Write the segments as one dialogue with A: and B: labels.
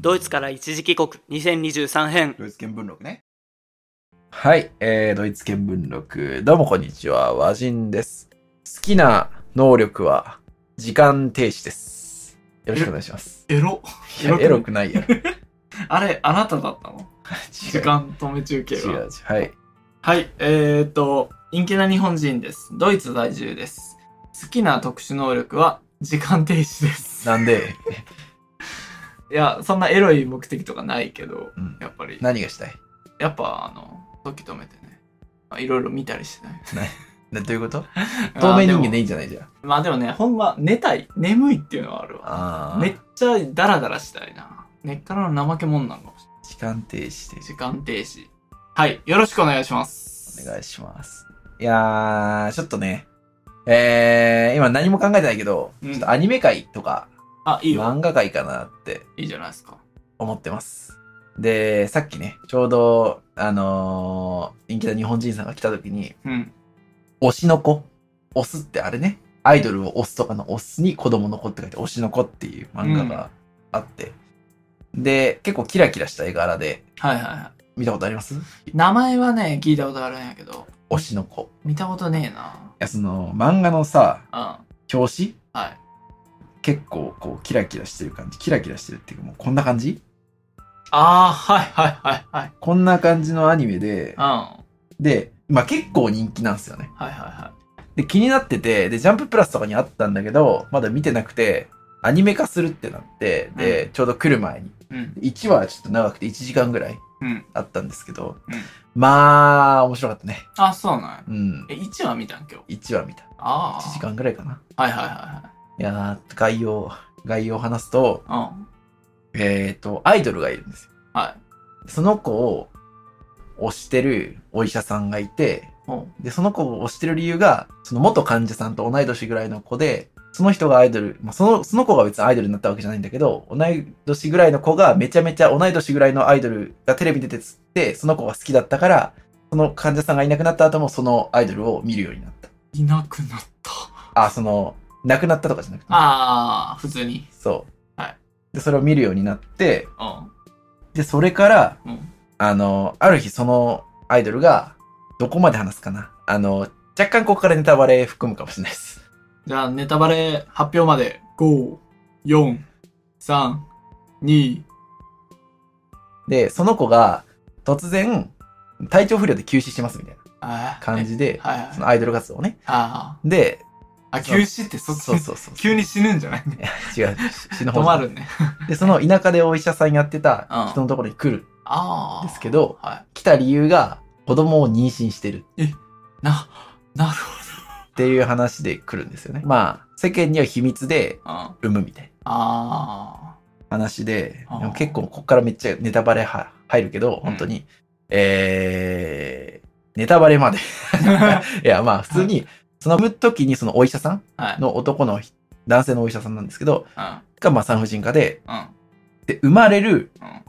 A: ドイツから一時帰国2023編。
B: ドイツ見聞録ね。
C: はい、えー、ドイツ見聞録。どうもこんにちは、和人です。好きな能力は、時間停止です。よろしくお願いします。
D: エロ
C: いや、エロくないやろ。違う
D: あれ、あなただったの時間止め中継
C: 違
D: は。
C: う違う。はい。
D: はい、えー、っと、陰気な日本人です。ドイツ在住です。好きな特殊能力は、時間停止です。
C: なんで、
D: いや、そんなエロい目的とかないけど、
C: うん
D: やっぱり、
C: 何がしたい
D: やっぱ、あの、時止めてね、まあいろいろ見たりしてね。
C: などういうこと 透明人間でいい
D: い
C: んじゃないじゃん。
D: まあでもね、ほんま、寝たい、眠いっていうのはあるわ。
C: あ
D: め
C: ー
D: っ。ちゃダラダラしたいな。根っからの怠け者なのかもしれ
C: 時間停
D: な
C: 止
D: い。
C: で
D: 時間停止。はい、よろしくお願いします。
C: お願いします。いやー、ちょっとね、えー、今何も考えてないけど、
D: うん
C: ちょっとアニメ界とか、
D: あ、いいよ。
C: 漫画界かなって
D: いいじゃないですか。
C: 思ってます。で、さっきね、ちょうど、あのー、人気な日本人さんが来た時に、
D: うん。
C: 推しの子、推すってあれね、アイドルを推すとかの推すに子供の子って書いて、推しの子っていう漫画があって、で、結構キラキラした絵柄で、
D: はいはいは
C: 見たことあります
D: い。名前はね、聞いたことあるんやけど、
C: 推しの子。い
D: 見たことねえな。
C: や、その、漫画のさ、
D: う
C: 表紙
D: ん。はい。
C: 結構こうキラキラしてる感じキラキラしてるっていうかもうこんな感じ
D: ああ、はいはいはいはい。
C: こんな感じのアニメで
D: うん。は
C: で、まあ、結構人気なんですよね
D: いはいは
C: で気になっててで「ジャンププラス」とかにあったんだけどまだ見てなくてアニメ化するってなってで、
D: う
C: ちょうど来る前に
D: い。うん。
C: 1話はちょっと長くて1時間ぐらい
D: うん。
C: あったんですけど、
D: うん
C: まあ面白かったね
D: あ、そうなんや。
C: うん
D: え、1話見たん今日。
C: 1話見た
D: ああ。
C: 1時間ぐらいかな
D: はいはいはい
C: やー概要概要を話すと
D: いはい。うん。
C: えっ、とアイドルがいるんですよ
D: はい。
C: その子を推してるお医者さんがいて、
D: ほ
C: で、その子を推してる理由が、その元患者さんと同い年ぐらいの子で、その人がアイドル、まあ、その、その子が別にアイドルになったわけじゃないんだけど、同い年ぐらいの子がめちゃめちゃ同い年ぐらいのアイドルがテレビ出てつって、その子が好きだったから、その患者さんがいなくなった後もそのアイドルを見るようになった。
D: ういなくなった。
C: あ、その、亡くなったとかじゃなくて。
D: ああ、普通に。
C: そう。
D: はい。
C: で、それを見るようになって、
D: うん。
C: で、それから、
D: うん。
C: あの、ある日そのアイドルが、どこまで話すかなあの、若干ここからネタバレ含むかもしれないです。
D: じゃあ、ネタバレ発表まで。5、4、3、2、
C: で、その子が突然、体調不良で休止しますみたいな
D: ああ。
C: 感じで
D: え。、はいはい
C: そ。のアイドル活動をね。
D: あ
C: で、
D: あ。あ、休止ってそっ
C: そう
D: ち、
C: そう そう。
D: 急に死ぬんじゃない
C: 違う。死ぬ方
D: 止
C: じ
D: ま
C: ゃない
D: るね。
C: で、その田舎でお医者さんやってた人のところに来る。
D: ああ。
C: ですけど
D: は
C: 来た理由が、子供を妊娠してる
D: い。な、なる
C: っていう話で来るんですよね。まあ、世間には秘密で
D: ほど。うん。
C: 産むみたいな。
D: あ
C: 話で、
D: あー
C: でも結構ここからめっちゃネタバレは入るけど、
D: ん
C: 本当に、えー、ネタバ レまで。いや、まあ普通に、その産む時にそのお医者さん
D: あ。はい。
C: の男のひ男性のお医者さんなんですけど、
D: うん。
C: がまあ産婦人科で、
D: うん。
C: で、生まれる
D: うん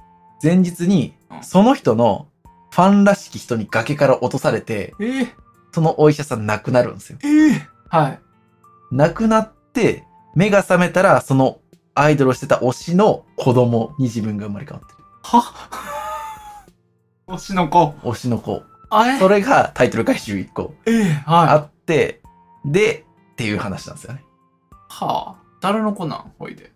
C: 前日に
D: う、ん
C: その人のファンらしき人に崖から落とされて、
D: えー、
C: そのお医者さん亡くなるんですよ。
D: えー、はい。
C: 亡くなって、目が覚めたら、そのアイドルをしてた推しの子供に自分が生まれ変わって
D: は推しの子。
C: る。推しの子。
D: あれ
C: それがタイトル回収1個
D: えー、
C: あ
D: はい。
C: って、で、っていう話なんですよね。
D: はあ。誰の子なんほいで。
C: い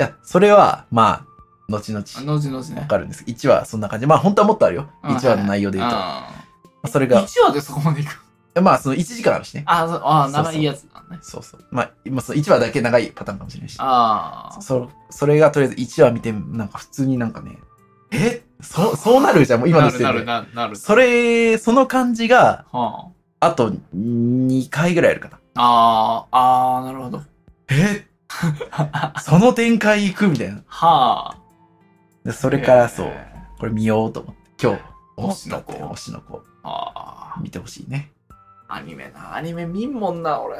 C: や、それは、まあ、後々
D: あのじのじ
C: わ
D: ね。
C: かるんです。1話そんな感じ。まあ、本当はもっとあるよ。
D: うん
C: 1話の内容で言うと。ま
D: あ
C: あそれ
D: ー
C: が、
D: 一話でそこまでいく。
C: まあ、その1時間あるしね。
D: あーそうあー、
C: そうそう
D: 長いやつだね。
C: そうそう。まあ、今その1話だけ長いパターンかもしれないし。
D: あ
C: そそれがとりあえず1話見て、なんか普通になんかね、えそそうなるじゃん、もう
D: あ。
C: 今の
D: な
C: 時
D: る
C: 点
D: な
C: で。
D: るなるなる。
C: それ、その感じが、
D: は
C: あと2回ぐらいあるかな。
D: あ。ああ、ああ、なるほど。
C: えその展開行くみたいな。
D: はあ。
C: でそれからそう、
D: えー
C: これ見ようと思って、今日思ったって、
D: 推しの子
C: 推しの子、
D: あ
C: 見てほしいね。
D: あ。アニメな、アニメ見んもんな、俺。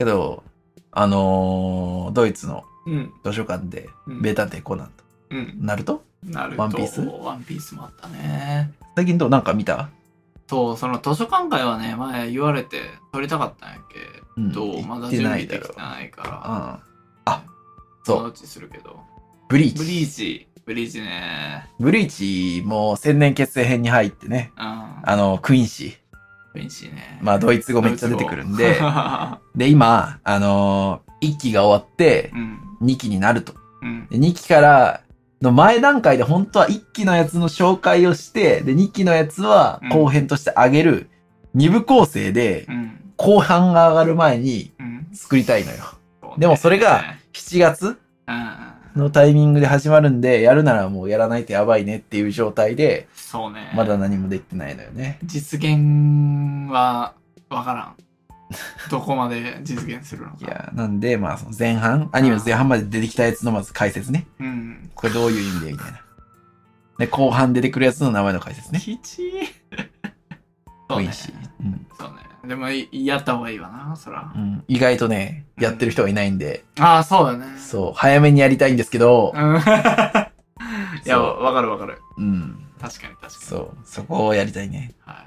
C: けど、あのードイツの
D: うん。
C: 図書館で、
D: うん
C: 名探偵コナンと、
D: うん。
C: ナルト
D: なる
C: ワンピース
D: ワンピースもあったね。
C: 最近どうなんか見た
D: そう、その図書館会はね、前言われて撮りたかったんや
C: う
D: け
C: ん
D: ど、ま
C: 行
D: だ
C: って
D: 準
C: な
D: 備
C: いだ
D: でき
C: ろ
D: て
C: う。
D: ないから、
C: ああ、
D: そ
C: そ
D: の
C: う。
D: うちするけど。
C: ブリー
D: ブ
C: チ。
D: リーチ。ブリーチね。
C: ブリーチも千年結成編に入ってね、
D: うん。
C: あの、クインシ
D: ブリーチね。、
C: ー。まあ、ドイツ語めっちゃ出てくるん で
D: う
C: で、今、あの1期が終わって、
D: ん。
C: 2期になると。
D: うん。
C: で2期からの前段階で本当は1期のやつの紹介をして、で、2期のやつは後編として上げる、2部構成で
D: う、ん。
C: 後半が上がる前に
D: うん。
C: 作りたいのよ。でもそれが、7月
D: うん。
C: のタイミングで始まるんで、やるならもうやらないとやばいねっていう状態で、
D: そうね。
C: まだ何もできてないのよね。
D: 実現はわから ん。どこまで実現するのか。
C: いや、なんで、まあ、その前半、アニメの前半まで出てきたやつのまず解説ね。
D: うん。
C: これどういう意味でみたいな。で、後半出てくるやつの名前の解説ね。
D: きちい。 そう
C: 多い
D: ね。
C: し。うん。
D: そうね。でも、いやった方がいいわな、そら
C: う。ん。意外とね、やってる人はいないんで、
D: ああ、そうだね。
C: そう、早めにやりたいんですけど
D: う、ん。 いや、
C: そう
D: わかるわかる。
C: うん。
D: 確かに確かに。
C: そう、そこをやりたいね。
D: はい。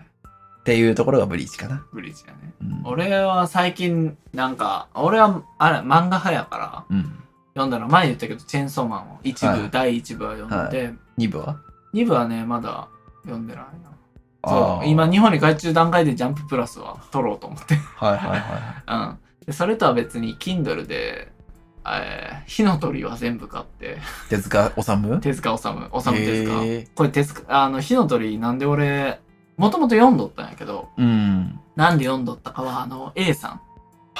C: っていうところがブリーチかな。
D: ブリーチだね。
C: うん。
D: 俺は最近、なんか、俺は、あれ、漫画派やから、
C: うん。
D: 読んだの、前言ったけど、チェーンソーマンを、一部、
C: はい
D: 第一部は読んで、
C: 2部は
D: 二部はね、まだ読んでないな。
C: あ
D: そう
C: ー
D: 今日本に帰中段階でジャンププラスは取ろうと思 って、
C: はいはいはいはい。
D: うん、でそれとは別に Kindle で、えー火の鳥は全部買って
C: 手塚治虫
D: 手塚治虫治虫手塚
C: へー
D: これ手塚あの火の鳥なんで俺もともと読んどったんやけど
C: うん。
D: なんで読んどったかはあの A さん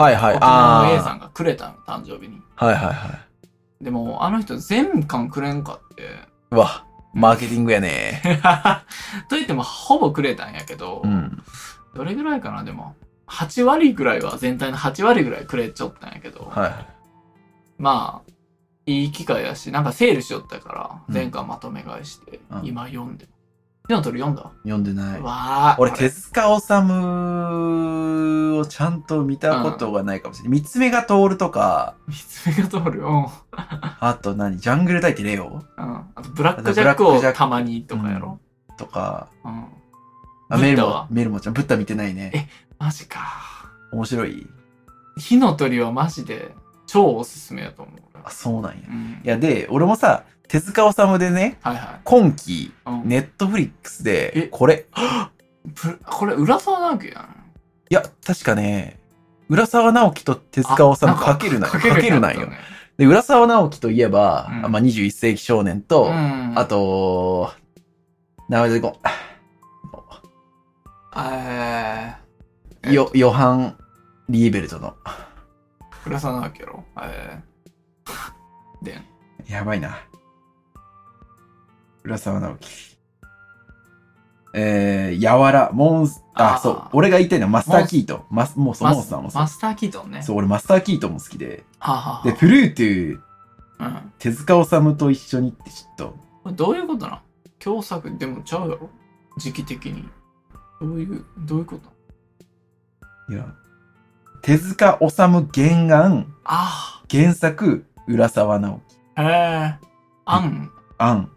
C: はいはい。
D: 沖縄の A さ
C: あ
D: んがくれたの誕生日に
C: あ。はいはいはい。
D: でもあの人全巻くれんか って
C: うわ、マーケティングやね。
D: と言ってもほぼくれたんやけど、
C: うん。
D: どれぐらいかなでも8割ぐらいは全体の8割ぐらいくれちゃったんやけど、
C: はい。
D: まあいい機会やしなんかセールしよったから
C: うん
D: 前回まとめ買いして、
C: うん
D: 今読んで火の鳥読んだ、
C: 読んでない。
D: わあ
C: 俺、
D: こ
C: 手
D: れ
C: 塚治虫をちゃんと見たことがないかもしれない。三つ目が通るとか、
D: 三つ目が通るうん、うん、
C: あと何、ジャングル大帝レオ
D: あとブラックジャック
C: あとブラック
D: を
C: ジャック
D: たまにとかやろ、
C: とか、
D: うん
C: あ
D: ブ
C: メ
D: ッ
C: ル
D: ダ
C: モ
D: は、
C: メルモちゃん、ブッダ見てないね。
D: マジか
C: 面白い
D: 火の鳥はマジで超おすすめやと思う、
C: あ、そうなんや。い
D: うん、
C: や、で、俺もさ、手塚治虫でね、
D: はいは
C: 今期、
D: い、うん
C: ネットフリックス
D: え
C: で、これ、
D: プこれ浦沢直樹やん
C: いや、確かね、浦沢直樹と手塚治虫かけるなよ。かけるなんよ。で、浦沢直樹といえば、
D: うん
C: あまあ、21世紀少年と、
D: うん、
C: あと、名前出てこ
D: え
C: ん、よ、ヨハン・リーベルトの。
D: ー、浦沢直樹やろえー、でん
C: やばいな。浦沢直樹。えー、やわら、モンス、あ
D: あー
C: そう、俺が言いたいのはマスター・キートン。マス、もうそう、
D: マ
C: モン
D: ス
C: スターもそう
D: マ。スター・キートンね
C: そう、俺マスター・キートンも好きで。
D: はあはあ
C: で、
D: は
C: プルートゥー、
D: あうん
C: 手塚治虫と一緒にってちょっと、
D: これどういうことなん共作でもちゃうやろ時期的にどういうどういうこと
C: いや、手塚治虫原案、
D: あ
C: 原作、浦沢直樹。
D: あへえ案
C: 案。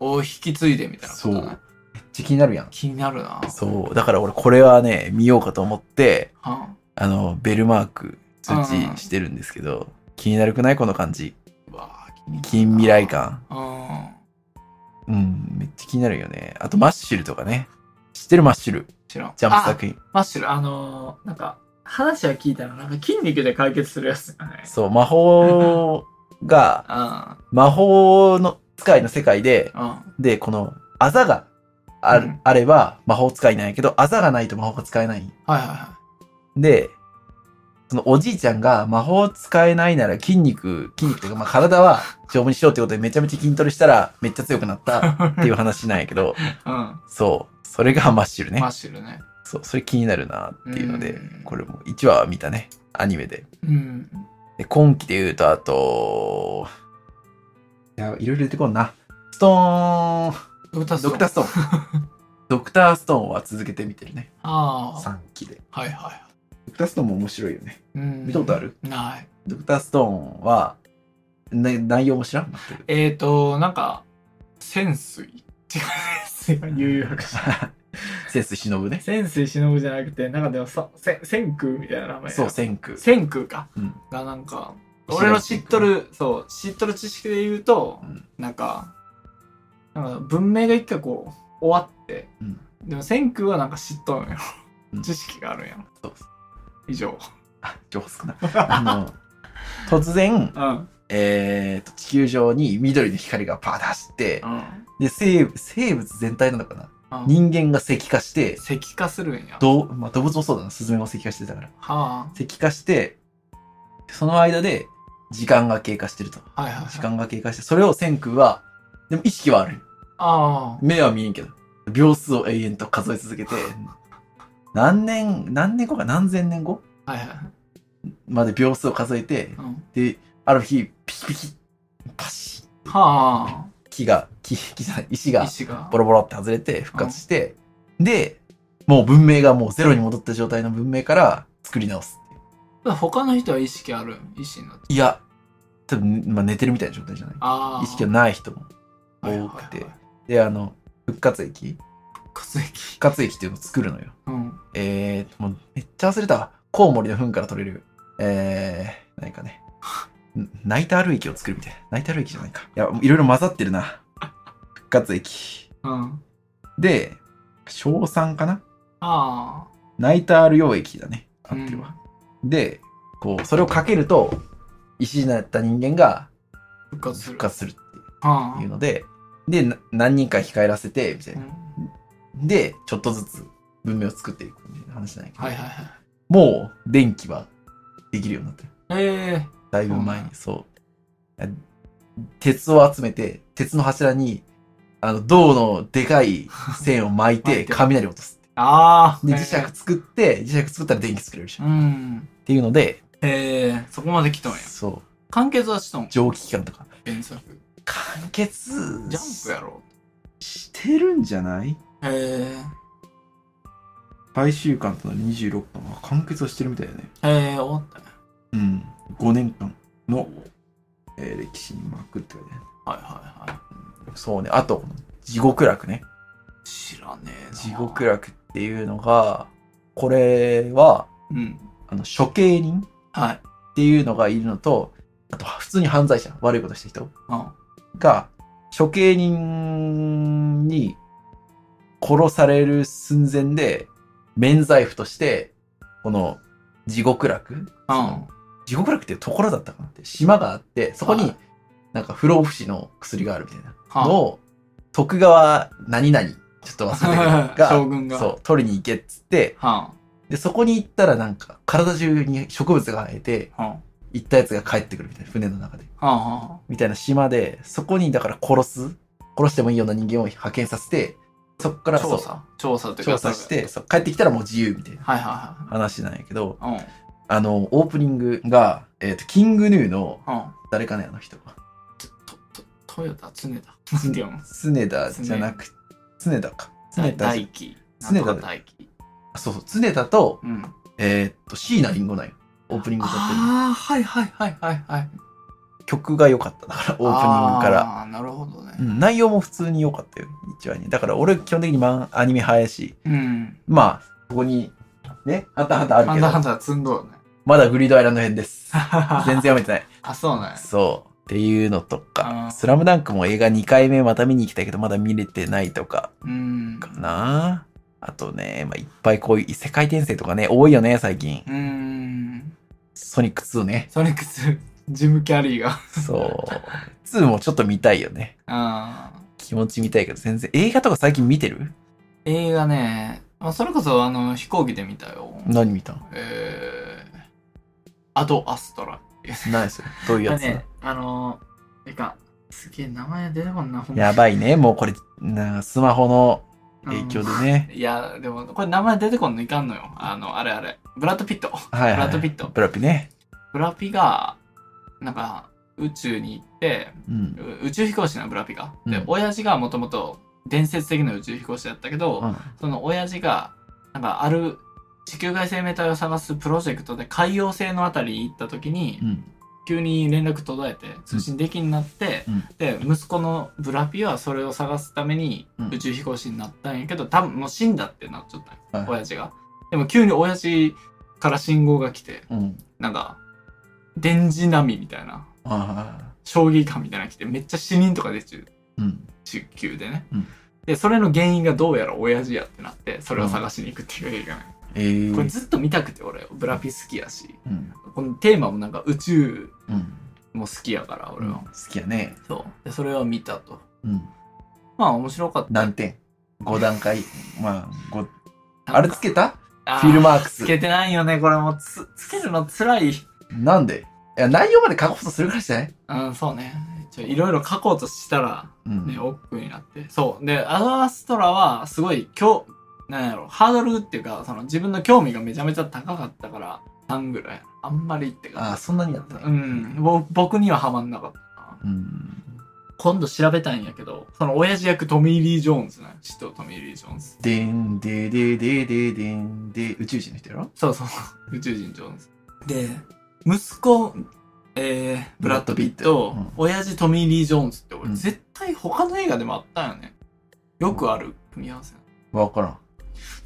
D: を引き継いでみたいなこと
C: そう。
D: ね
C: めっちゃ気になるやん。
D: 気になるな
C: そう。だから俺これはね、見ようかと思って、
D: は
C: あの、ベルマーク通知してるんですけど、気になるくないこの感じ。
D: あわあ気になるな
C: 近未来感。
D: うん
C: うん、めっちゃ気になるよね。あとマッシュルとかね。知ってるマッシュル。
D: 知らん
C: ジャンプ作品。
D: マッシュルあのー、なんか話は聞いたらなんか筋肉で解決するやつだね
C: そう、魔法が、
D: う
C: 魔法の使いの世界で、
D: んうん
C: で、この、あざがある、
D: うん
C: あれば魔法使いなんやけど、あざがないと魔法が使えない。
D: はいはいは
C: で、そのおじいちゃんが魔法使えないなら筋肉、筋肉というか、まあ、体は丈夫にしようってことでめちゃめちゃ筋トレしたらめっちゃ強くなったって いう話なんやけど、
D: い。
C: そう、それがマッシュル
D: うん。
C: ね
D: マ。ッシュルね。
C: そう、それ気になるなっていうので
D: うん、
C: これも1話は見たね、アニメで。
D: うん。
C: で、今期で言うと、あと、いや、いろいろ出てこんな。ストーン、
D: ドクタースト
C: ド
D: ーン
C: クタースト ーン。ドクターストーンは続けて見てるね。
D: ああ。
C: 3期で。
D: はいは
C: ドクターストーンも面白いよね。
D: い。うん
C: 見たことある
D: ない。
C: ドクターストーンは、ね、内容も知らん なってる。
D: えっ、ー、と、なんか、潜水。違う、潜水は有白者。
C: センス忍ぶね。
D: 潜水忍ぶじゃなくて、なんかでもさ、せん、潜空みたいな名前や。
C: そう、千空。
D: 潜空か。
C: うん
D: がなんか、俺の知っとる、そう、知っとる知識で言うと、
C: うん
D: なんか、なんか文明が一回こう、終わって、
C: うん
D: でも千空はなんか知っとるんや
C: う
D: ろ。
C: ん
D: 知識があるんやろ。
C: そうそう
D: 以上。
C: あ情報少ないあの突然、
D: うん。うん。
C: えー、と地球上に緑の光がパーッと走ってで生物生物全体なのかな
D: うん
C: 人間が石化して
D: 石化するんや。
C: どう、まあ、動物もそうだなスズメも石化してたから
D: は
C: 石化してその間で時間が経過してると
D: あ。はいはい、はい。
C: 時間が経過してそれを千空はでも意識はある
D: あ
C: 目は見えんけど秒数を永遠と数え続けて何年何年後か何千年後
D: あ。はいはい。
C: まで秒数を数えて
D: うん、は
C: である日ピキピキパシッ
D: あ。
C: 木が木木じゃない石が
D: 石が。
C: ボロボロって外れて復活して、でもう文明がもうゼロに戻った状態の文明から作り直すってい
D: 他の人は意識ある意識になって。
C: ういや多分、まあ、寝てるみたいな状態じゃない
D: ああ。
C: 意識がない人も
D: はいはい
C: 多
D: はい
C: くてであの復活液
D: 活液。
C: 復活液っていうのを作るのよ
D: うん。
C: えー、もうめっちゃ忘れたわコウモリの糞から取れるえー、何かねんナイタール液を作るみたいなナイタール液じゃないかいやいろいろ混ざってるな復活液
D: うん。
C: で硝酸かな
D: あ
C: ナイタール溶液だね
D: あ。
C: 合ってるわ、でこうそれをかけると石になった人間が
D: うん。復活する。
C: 復活するっ
D: あ
C: ていうのででな何人か控えらせてみたい
D: うん
C: なでちょっとずつ文明を作っていくみたいな話じゃないけど、
D: はいはいはい。
C: もう電気はできるようになってる
D: え
C: だいぶ前にそうあ鉄を集めて鉄の柱にあの銅のでかい線を巻
D: 巻
C: いて
D: いて
C: 雷を落とす
D: ー、ああ。
C: で
D: え
C: 磁
D: ー
C: 石。作って磁石作ったら電気作れるじゃんっ
D: うん。
C: ていうので
D: えー、そこまで来たんや。
C: そう
D: 完結はしたん
C: 蒸気機関とか
D: 原作。
C: 完結
D: ジャンプやろ。
C: してるんじゃない
D: えー、
C: 最終巻となる26巻は完結はしてるみたいだね
D: えー、終わったね。
C: うん5年間の、えー歴史に幕って書いてあ
D: はいはいは
C: るそうねあと地獄楽ね
D: い。知らねえな。
C: 地獄楽っていうのがこれは
D: うん。
C: あの処刑人っ
D: はい。
C: ていうのがいるのとあと普通に犯罪者悪いことした人
D: うん。
C: が処刑人に殺される寸前で免罪符としてこの地獄楽
D: うん。
C: 地獄楽っていうところだったかなって島があってそこ
D: は
C: に
D: い
C: なんか不老不死の薬があるみたいな
D: は
C: のを徳川何々ちょっと忘れたけど
D: 将軍が
C: そう取りに行けっつって
D: あ。は
C: でそこに行ったらなんか体中に植物が生えて
D: あ。はん
C: 行ったやつが帰ってくるみたいな船の中で
D: はんは
C: みたいな島でそこにだから殺す殺してもいいような人間を派遣させてそこか
D: ん。
C: らそう
D: 調査。調査というか。
C: 調査してそう帰ってきたらもう自由みたいな
D: はいは
C: 話なんやけど
D: いはい。
C: あのオープニングが、えー、とキングヌーの
D: うん。うん。
C: 誰かねあの人は
D: と、と、トヨタ、常田。なんて読む
C: 常田じゃなく常田か常田じゃ
D: 大輝。
C: 常田
D: なんとか大輝。
C: あそうそう常田と
D: うん。
C: えーっと椎名林檎なんよオープニングだって
D: ああ、はいはいはいはいはい。
C: 曲が良かっただからオープニングから
D: ああ、なるほど
C: う
D: ね。
C: ん、内容も普通に良かったよ、一話に。だから俺基本的にマンアニメ早いし、
D: うん。
C: まあ、ここに、ね、ハンターハンターある
D: ハ
C: け
D: ン
C: ど
D: ダ、ハンダ積んどるね。
C: まだグリードアイランド編 です。全然
D: あ、
C: 読めてない。
D: そうね。
C: そう。っていうのと
D: うん
C: か、スラムダンクも映画2回目また見に行きたいけど、まだ見れてないとか、
D: うん。
C: かな。あとね、まあ、いっぱいこういう異世界転生とかね、多いよね、最近。
D: うん。
C: ソニック2ね。
D: ソニックス、ジム・キャリーが。
C: そう。2もちょっと見たいよね。
D: ああ。
C: 気持ち見たいけど、全然。映画とか最近見てる
D: 映画ね、まあ、それこそあの、飛行機で見たよ。
C: 何見たの
D: えー、アド・アストラ。
C: 何それどういうやつ
D: ね、あの、いかん、すげえ名前出てこんな、ほんま
C: やばいね、もうこれ、なスマホの影響でね。
D: いや、でも、これ名前出てこんのいかんのよ。あの、あれあれ。ブラッド・ピット。
C: はい、
D: ブ
C: はい。
D: ラッド・ピット。
C: ブラピね。
D: ブラピが、なんか、宇宙に行って、
C: うん。
D: う宇宙飛行士なのブラピが。
C: う
D: で
C: ん、
D: 親父がもともと伝説的な宇宙飛行士だったけど、
C: うん
D: その親父が、なんか、ある地球外生命体を探すプロジェクトで海洋星のあたりに行った時に、
C: うん。
D: 急に連絡途絶えて通信できになって、
C: うん
D: で息子のブラピはそれを探すために
C: うん
D: 宇宙飛行士になったんやけど多分もう死んだってなっちゃったん
C: はい
D: よ親父がでも急に親父から信号が来て
C: うん。
D: なんか電磁波みたいな、
C: あ
D: 将棋感みたいなの来て、めっちゃ死人とか出ちゅう。
C: ーうん。
D: 中級でね、
C: うん
D: でそれの原因がどうやら親父やってなってそれを探しに行くっていう映画ね、
C: え
D: これ
C: ー。
D: ずっと見たくて俺ブラピ好きやし
C: うん。
D: このテーマもなんか宇宙
C: うん。
D: も好きやから俺は、
C: 好きやね。
D: そうでそれを見たと
C: うん。
D: まあ面白かった
C: 何点 ?5 段階。まあ、五
D: なんか
C: あれつけた
D: あー
C: フィルマーク
D: つ
C: ス。
D: けてないよねこれもつつけるのつらい
C: なんでいや、内容まで書こうとするからじゃない
D: うんそうねちょいろいろ書こうとしたら
C: うん。
D: ね、億劫になって。そう。で、アドアストラは、すごい、今日、なんやろ、ハードルっていうか、その自分の興味がめちゃめちゃ高かったから、3ぐらい。あんまりって
C: ああ、
D: か、
C: そんなにやったね
D: うん、ぼ僕にはハマんなかったな。
C: うん。
D: 今度調べたいんやけど、その親父役トミー・リー・ジョーンズね。知ってるトミー・リー・ジョーンズ。
C: でんでででででんで、宇宙人の人やろ
D: そうそう。宇宙人ジョーンズ。で、息子、えー、ブラッド・ピットと、
C: うん
D: 親父トミー・リー・ジョーンズって、俺、
C: うん
D: 絶対他の映画でもあったよね。よくある組み合わせ。
C: わからん。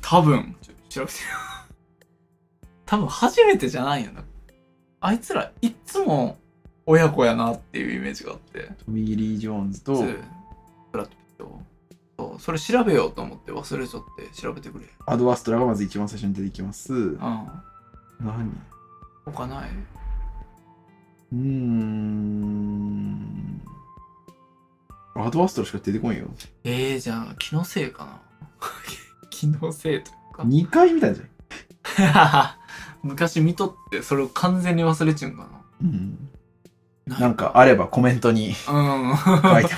D: 多分、ちょ調べてよ。多分初めてじゃないよな。あいつらいっつも親子やなっていうイメージがあって。
C: トミー・リー・ジョーンズと
D: そ、うブラッド・ピット。そう、それ調べようと思って忘れちゃって調べてくれ。
C: アドアストラがまず一番最初に出てきます。
D: うん。
C: 何
D: 他ない。
C: うーん。アドアストラしか出てこんよ。
D: ええー、じゃあ気のせいかな。 気のせいというか。
C: 2回見たんじゃん。
D: 昔見とってそれを完全に忘れちゃうんか
C: うん。
D: な。
C: なんかあればコメン トに
D: うん。
C: 書いてもらって。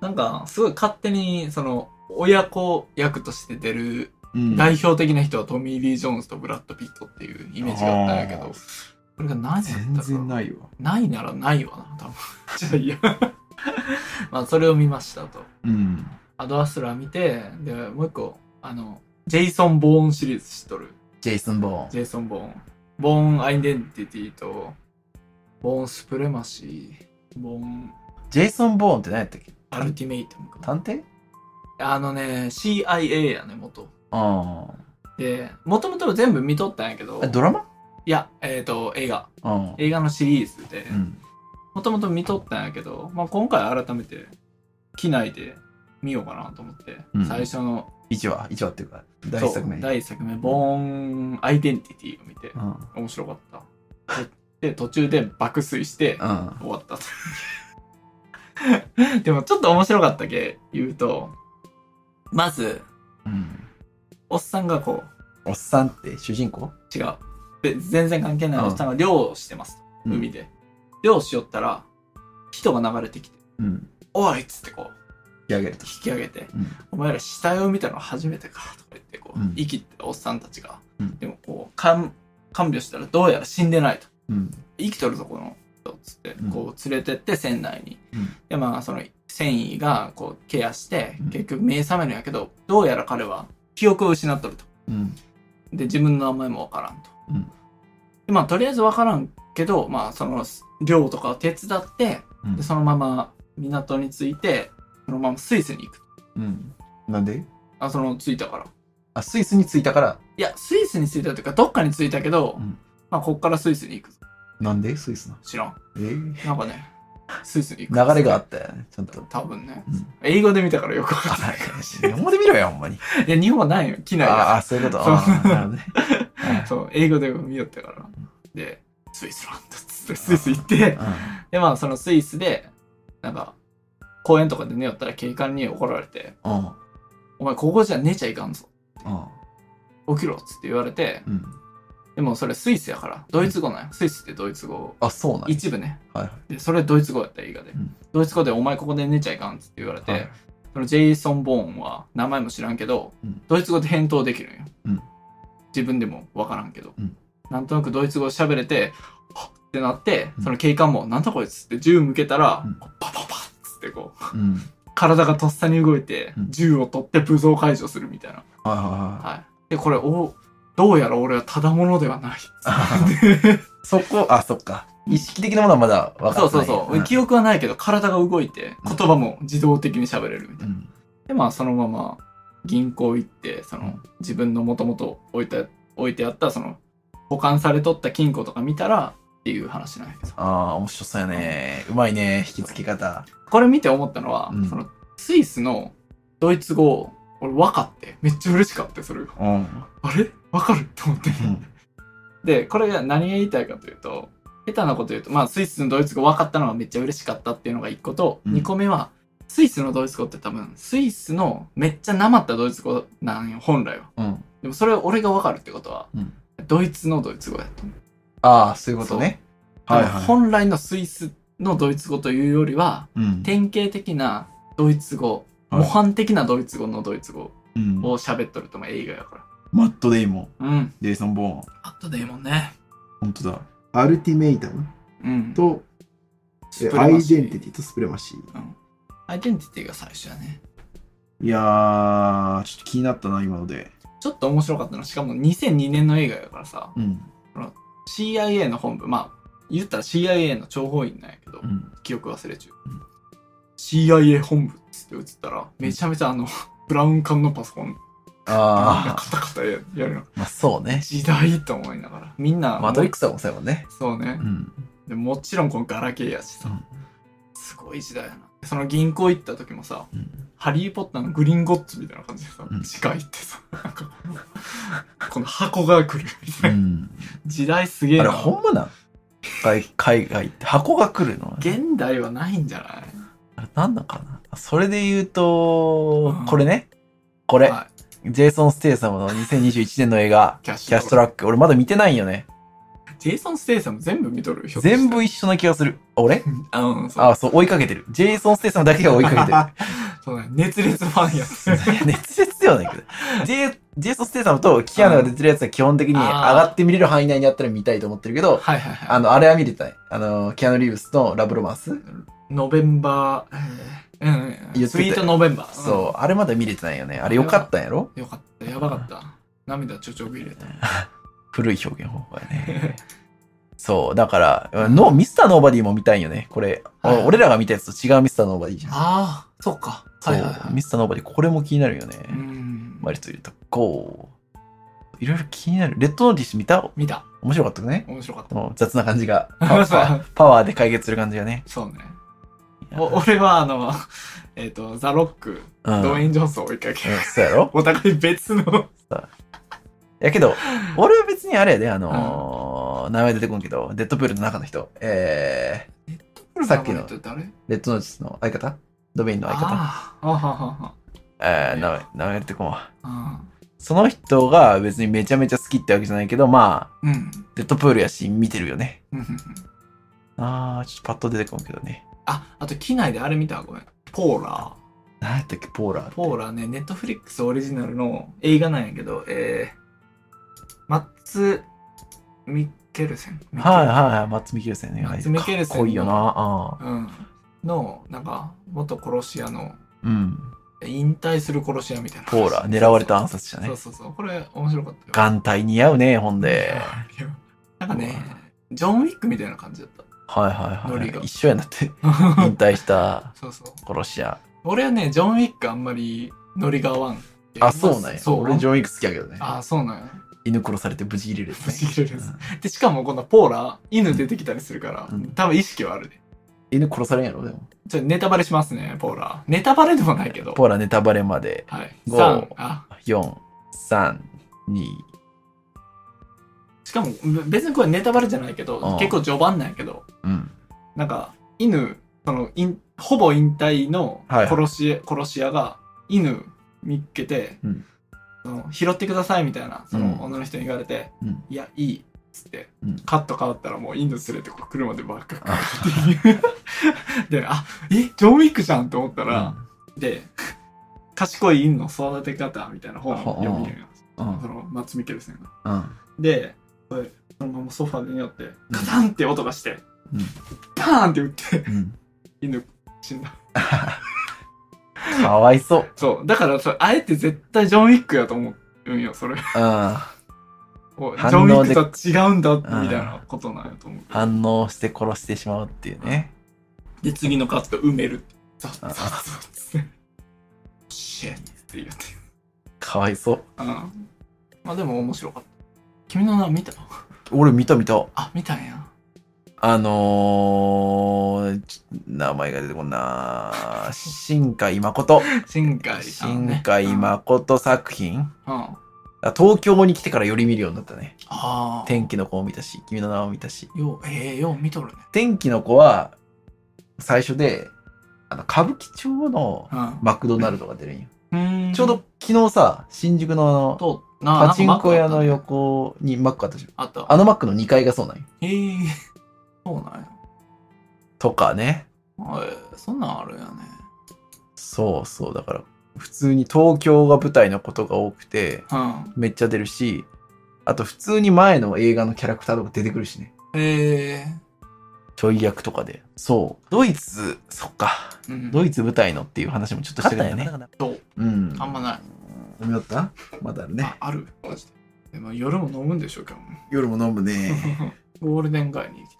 D: なんか、すごい勝手に、その、親子役として出る
C: うん
D: 代表的な人はトミー・リー・ジョーンズとブラッド・ピットっていうイメージがあったんやけ
C: あ
D: ど
C: ー、
D: これが何だった
C: 全
D: か
C: 然ないわ。
D: ないならないわな、多分。 じゃあいいや。まあ、それを見ましたと。
C: うん。
D: アドアストラ見て、で、もう一個、あの、ジェイソン・ボーンシリーズ知っとる。
C: ジェイソン・ボーン。
D: ジェイソン・ボーン。ボーン・アイデンティティと、ボーン・スプレマシー、ボーン・
C: ジェイソン・ボーンって何やったっけ
D: アルティメイトムか
C: 探偵
D: な。あのね、CIA やね、元。
C: あ
D: で、もともと全部見とったんやけど、
C: あ。ドラマ
D: いや、えっ、と、映画。
C: ああ。
D: 映画のシリーズで
C: う、ん。
D: もともと見とったんやけど、まあ、今回改めて、機内で見ようかなと思って、
C: うん
D: 最初の、
C: 1話、1話っていうか、第一作目。
D: そう第一作目、ボーン・アイデンティティを見て
C: う、ん。
D: 面白かった。で、で途中で爆睡して、
C: うん。
D: 終わったと。 でも、ちょっと面白かったけ、言うと、まず、
C: うん。
D: おっさんがこ
C: おっさんって主人公
D: う、違う。で全然関係ないおっさんが漁をしてます。海
C: で。
D: で、漁しよったら人が流れてきて
C: うん。
D: 「おい!」っつってこう
C: 引き上げると。
D: 引き上げて
C: うん。
D: 「お前ら死体を見たの初めてか」とか言ってこう、
C: うん
D: 生きてたおっさんたちが、
C: うん
D: でもこう看看病したらどうやら死んでないと
C: うん。
D: 生きとるぞこの人っつって
C: うん
D: こう連れてって船内に、
C: うん
D: でまあその繊維がこうケアして
C: うん
D: 結局目覚めるんやけどどうやら彼は記憶を失っとると
C: うん。
D: で自分の名前もわからんと、
C: うん
D: でまあとりあえずわからんけどまあその漁とかを手伝って
C: うん
D: でそのまま港に着いてそのままスイスに行く
C: うん。なんで
D: あその着いたから
C: あ、スイスに着いたから、
D: いやスイスに着いたというかどっかに着いたけど、
C: うん
D: まあこっからスイスに行く
C: なんでスイスな
D: 知らん
C: えー
D: なんかねスイスに行く
C: 流れがあったよね、ちゃんと。
D: 多分ね、
C: うん
D: 英語で見たからよくわ かんない
C: 日本語で見ろよ、ほんまに。
D: いや日本はないよ機内
C: あ
D: だ
C: あ、そういうこと。
D: そう
C: あーなる ほどね。はい
D: そう英語で見よったからでスイスランドっつってスイス行ってでまあそのスイスでなんか公園とかで寝よったら警官に怒られて
C: うん。うん。
D: 「お前ここじゃ寝ちゃいかんぞ
C: うん
D: 起きろ」っつって言われて
C: うん。
D: でもそれスイスやから、ドイツ語なんや。スイスってドイツ語。
C: あ、そうなんや
D: 一部ね。
C: はい
D: で、それドイツ語やった映画で。
C: うん
D: ドイツ語でお前ここで寝ちゃいかんっつって言われて、
C: はい。はい
D: そのジェイソン・ボーンは名前も知らんけど、
C: うん
D: ドイツ語で返答できるんよ。
C: うん
D: 自分でもわからんけど、
C: うん
D: なんとなくドイツ語喋れて、はっってなって
C: う、ん
D: その警官もなんだこいつって銃向けたら、
C: うん
D: パパパッつってこう、
C: うん。
D: 体がとっさに動いて、
C: うん
D: 銃を取って武装解除するみたいな。
C: はいはいはい。
D: はい。で、これ、お、どうやら俺はただもので はないっつって。
C: そこ、あ、そっか。意識的なものはまだ分か
D: そう
C: って
D: そ
C: な
D: う
C: い。
D: そう、記憶はないけど体が動いて
C: うん
D: 言葉も自動的に喋れるみたいな、
C: うん。
D: でまあそのまま銀行行ってその自分のもともと置いて置いてあったその保管されとった金庫とか見たらっていう話なんやけど。
C: ああ、面白そうやね。うまいね、引き付け方。
D: これ見て思ったのは、
C: うん
D: そのスイスのドイツ語、俺分かって、めっちゃ嬉しかったよそれが。
C: うん。
D: あれ分かるって思って。
C: うん
D: で、これが何が言いたいかというと、下手なこと言うと、まあスイスのドイツ語分かったのがめっちゃ嬉しかったっていうのが1個と、
C: うん
D: 2個目は、スイスのドイツ語って多分、スイスのめっちゃなまったドイツ語なんよ、本来は。
C: うん。
D: でもそれを俺が分かるってことは、
C: うん
D: ドイツのドイツ語やと思う。
C: ああ、そういうことね。はいはい
D: 多分本来のスイスのドイツ語というよりは、
C: うん。
D: 典型的なドイツ語、
C: はい
D: 模範的なドイツ語のドイツ語
C: うん
D: を喋っとると思う、映画やか
C: マット・デイモン、
D: ら。うん。
C: デイソン・ボーン。
D: あったでいいもんね。
C: 本当だ。
B: アルティメイタム
D: うん。
B: とえ
D: スプレ
B: ア
D: マ
B: イ
D: シ
B: デ
D: ー
B: ンティティとスプレマシー。
D: アイデンティティが最初やね。
C: いやー、ちょっと気になったな、今ので。
D: ちょっと面白かったのは、しかも2002年の映画やからさ、
C: うん。
D: CIA の本部、まあ、言ったら CIA の諜報員なんやけど、
C: うん。
D: 記憶忘れちゅう。CIA 本部っつって映ったら、めちゃめちゃあの、 ブラウン管のパソコンなん
C: あ
D: かカタカタややるの。
C: あ、まあそうね。
D: 時代と思いながら。みんな、
C: マトリックスとかもそうやもんね。
D: そうね
C: う。ん。
D: でもちろんこのガラケーやしさ、
C: うん
D: すごい時代やな。その銀行行った時もさ、
C: うん
D: ハリー・ポッターのグリンゴッツみたいな感じでさ、
C: うん
D: 地下行ってさ、なんか、 この箱が来るみた
C: う
D: いな。
C: ん。
D: 時代すげえ
C: あれ、
D: な。
C: ほんまなん海海外って箱が来るの
D: 現代はないんじゃない
C: あれなんだかなそれで言うと
D: うん、
C: これね。これ。
D: は、
C: ジェイソン・ステイサムの2021年の映画
D: キャッシュ
C: キャッシュトラック。俺まだ見てないんよね。
D: ジェイソン・ステイサム全部見とるひょっとして
C: 全部一緒な気がする。あ俺
D: あうん、そう。
C: あ、そう、追いかけてる。ジェイソン・ステイサムだけが追いかけてる。
D: そうね。熱烈ファンやつ。
C: いや熱烈ではないけど。ジェジェイソン・ステイサムとキアナが出てるやつは基本的に
D: うん
C: 上がって見れる範囲内にあったら見たいと思ってるけど、
D: はいはいはい。
C: あの、あれは見れたい。あの、キアヌ・リーブスのラブロマンス。
D: ノベンバー、えーうん、
C: 言
D: う
C: っ
D: ん、
C: て
D: ス
C: た
D: イートノベンバー。
C: そう、あれまだ見れてないよね。あれよかったんやろ
D: うん。よかった、やばかった。涙ちょちょび入れた。
C: 古い表現方法やね。そう、だから、のミスター・ノーバディも見たいんよね。これ、
D: はい
C: 俺らが見たやつと違うミスター・ノーバディじゃ ん。
D: ああ、そっか。
C: そう、
D: はいはいはい。
C: ミスター・ノーバディ、これも気になるよね。
D: うん。
C: 割と入れとこう。いろいろ気になる。レッドノーティス見た
D: 見た。
C: 面白かったよね。
D: 面白かっ
C: この雑な感じ が。パワ
D: た
C: ー。パワーで解決する感じがね。
D: そうね。お俺は、あの、えっ、と、ザ・ロック、
C: うん、
D: ドウ
C: う
D: ェ
C: ん
D: イン・ジョンソンを追いかけ、
C: そうやろ
D: お互い別の。
C: や けど、俺は別にあれやで、あのー名前出てこんけど、デッドプールの中の人、えさっきの
D: 誰
C: ー、レッドノーチスの相方ドベインの相方
D: あーあははは
C: えー、名前、名前出てこんわ。
D: は。
C: その人が別にめちゃめちゃ好きってわけじゃないけど、まあ、
D: うん。うん
C: デッドプールやし、見てるよね。
D: うんうん。
C: あー、ちょっとパッと出てこんけどね。
D: あ、あと、機内であれ見たごめん。ポーラー。
C: 何やったっけ、ポーラーって。
D: ポーラね、ネットフリックスオリジナルの映画なんやけど、えー、マッツ・ミッケルセン。
C: はいはいはい、マッツ・ミケルセンね。
D: マッツミケルセンの
C: かっこいいよな。
D: うん。の、なんか、元殺し屋の、
C: うん。うん。
D: 引退する殺し屋みたいな。
C: ポーラ、狙われた暗殺者ね
D: そう。そうそう。これ、面白かったよ。
C: 眼帯似合うね、ほんで。
D: いやなんかね、ジョン・ウィックみたいな感じだった。
C: はいはい
D: ノ
C: は
D: リが
C: い。一緒やな って、引退した
D: そうそう。
C: 殺し屋。
D: 俺はね、ジョン・ウィックあんまりノリが合わん。
C: あ、そうなんや。
D: そう。
C: 俺、ジョン・ウィック好きやけどね。
D: あ、そうなんや。
C: 犬殺されて無事入れるやつね
D: 無事入れるやつで、しかもこのポーラ、犬出てきたりするから、
C: うん
D: 多分意識はあるね。
C: 犬殺されんやろ、でも。
D: ちょっとネタバレしますね、ポーラ。ネタバレでもないけど。
C: ポーラ、ネタバレまで。
D: はい。
C: ゴー
D: 3。あ、
C: 4、3、2。
D: しかもべ別にこれネタバレじゃないけど
C: う、ん
D: 結構序盤なんやけど、
C: うん。
D: なんか、犬、その、いんほぼ引退の
C: はい
D: 殺し,、殺し屋が、犬見っけて、
C: うん
D: その拾ってくださいみたいな、その
C: うん
D: 女の人に言われて、
C: うん
D: いや、いい。っつって、
C: うん
D: カット変わったらもう犬連れてこう車でバックかかっていう。 で、あ、え、ジョン・ウィックじゃんと思ったら、で、賢い犬の育て方みたいな本を読みるよ。
C: うん。うん
D: その、松見ケルセンが。
C: うん。
D: で、これそのままソファーで寝よって、ガタンって音がして、
C: うん
D: パーンって打って、
C: うん。
D: 犬死んだ。
C: かわいそう。
D: そう、だからさ、あえて絶対ジョン・ウィックやと思うんよ、それ。
C: うん。
D: おジ
C: 反
D: ョン・ウィ
C: 応
D: ック
C: で
D: とは違うんだ、み
C: ん
D: たいなことなんやと思う。
C: 反応して殺してしまうっていうね。
D: で、次のカット埋める。ザッザ
C: あ
D: ッザッつって。シェッって言って。
C: かわいそう。
D: うん。まあでも面白かった。君の名見た
C: 俺見た見た。
D: あ、見たんや。
C: あのー、ち名前が出てこんな新海誠。
D: 新海さん、
C: 新
D: ね。
C: 海誠作品。
D: うん。あ
C: あ東京に来てからより見るようになったね。
D: あー。
C: 天気の子を見たし、君の名を見たし。
D: よう、ええよう見とるね。
C: 天気の子は、最初で、あの、歌舞伎町の
D: う
C: マクドナルドが出るんよ。
D: ん。
C: ちょうど昨日さ、新宿のあの
D: ど、と、な
C: パチンコ屋
D: な
C: の。
D: んか
C: 横にマックあったじゃん。
D: マックあったねあっ
C: あのマックの2階がそうなんよ。
D: た。ええそうなんや。
C: とかね。
D: ええそんなんあるよね。
C: そうそう。だから、普通に東京が舞台のことが多くて、
D: うん。
C: めっちゃ出るし、あと普通に前の映画のキャラクターとか出てくるしね。
D: ええ
C: ちょい役とかで。そう。ドイツ、そっか。
D: うん。
C: ドイツ舞台のっていう話もちょっとしたけどね。
D: そう
C: うん。
D: あんまない。
C: 飲みよったまだあるね。
D: あある。マジで。でも夜も飲むんでしょうけども。
C: 夜も飲むね。
D: ゴールデン街に行き